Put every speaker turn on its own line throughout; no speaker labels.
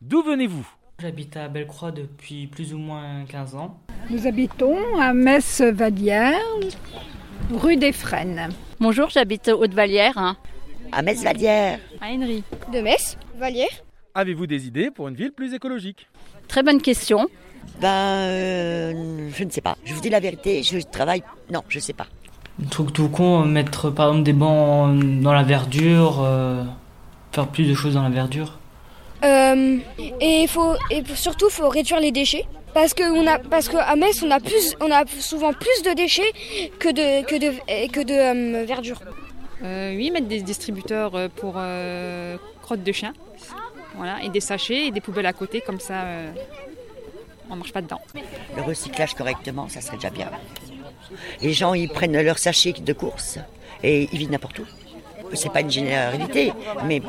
D'où venez-vous
J'habite à Bellecroix depuis plus ou moins 15 ans.
Nous habitons à Metz-Vallière, rue des Frênes.
Bonjour, j'habite Haute-Vallière. hein.
à Metz-Valière.
À Henry.
De Metz, Valière.
Avez-vous des idées pour une ville plus écologique
Très bonne question.
Ben, euh, je ne sais pas. Je vous dis la vérité, je travaille. Non, je ne sais pas.
Un truc tout con, mettre par exemple des bancs dans la verdure, euh, faire plus de choses dans la verdure.
Euh, et faut et pour- surtout faut réduire les déchets parce que on a parce que à Metz on a plus on a souvent plus de déchets que de que de eh, que de euh, verdure.
Euh, oui, mettre des distributeurs euh, pour euh, crottes de chien. Voilà, et des sachets et des poubelles à côté, comme ça euh, on ne marche pas dedans.
Le recyclage correctement, ça serait déjà bien. Les gens, ils prennent leur sachet de course et ils vivent n'importe où. C'est pas une généralité, mais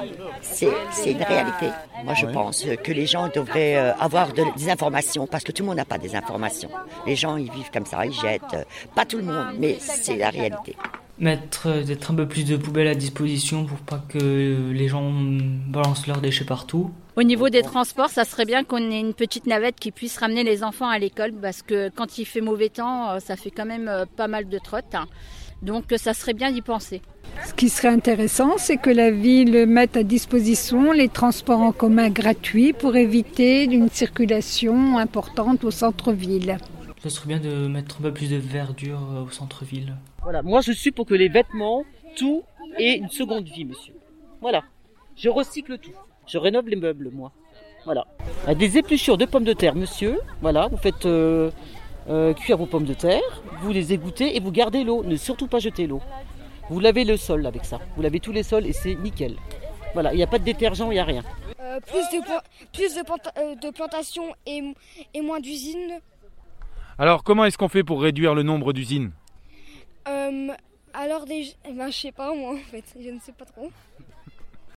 c'est c'est une réalité. Moi, je pense que les gens devraient euh, avoir de- des informations, parce que tout le monde n'a pas des informations. Les gens, ils vivent comme ça, ils jettent. Pas tout le monde, mais c'est la réalité.
Mettre euh, peut-être un peu plus de poubelles à disposition pour pas que les gens balancent leurs déchets partout.
Au niveau des transports, ça serait bien qu'on ait une petite navette qui puisse ramener les enfants à l'école parce que quand il fait mauvais temps, euh, ça fait quand même euh, pas mal de trottes. hein. Donc euh, ça serait bien d'y penser.
Ce qui serait intéressant, c'est que la ville mette à disposition les transports en commun gratuits pour éviter une circulation importante au centre-ville.
Ce serait bien de mettre un peu plus de verdure euh, au centre-ville.
Voilà, moi je suis pour que les vêtements, tout ait une seconde vie, monsieur. Voilà, je recycle tout. Je rénove les meubles, moi. Voilà. Ah, Des épluchures de pommes de terre, monsieur. Voilà, vous faites euh, euh, cuire vos pommes de terre, vous les égouttez et vous gardez l'eau. Ne surtout pas jeter l'eau. Vous lavez le sol avec ça. Vous lavez tous les sols et c'est nickel. Voilà, il n'y a pas de détergent, il n'y a rien.
Euh, plus de plan- plus de, planta- euh, de plantations et m- et moins d'usines.
Alors comment est-ce qu'on fait pour réduire le nombre d'usines
eh Euh, alors des ben, je sais pas moi en fait, je ne sais pas trop.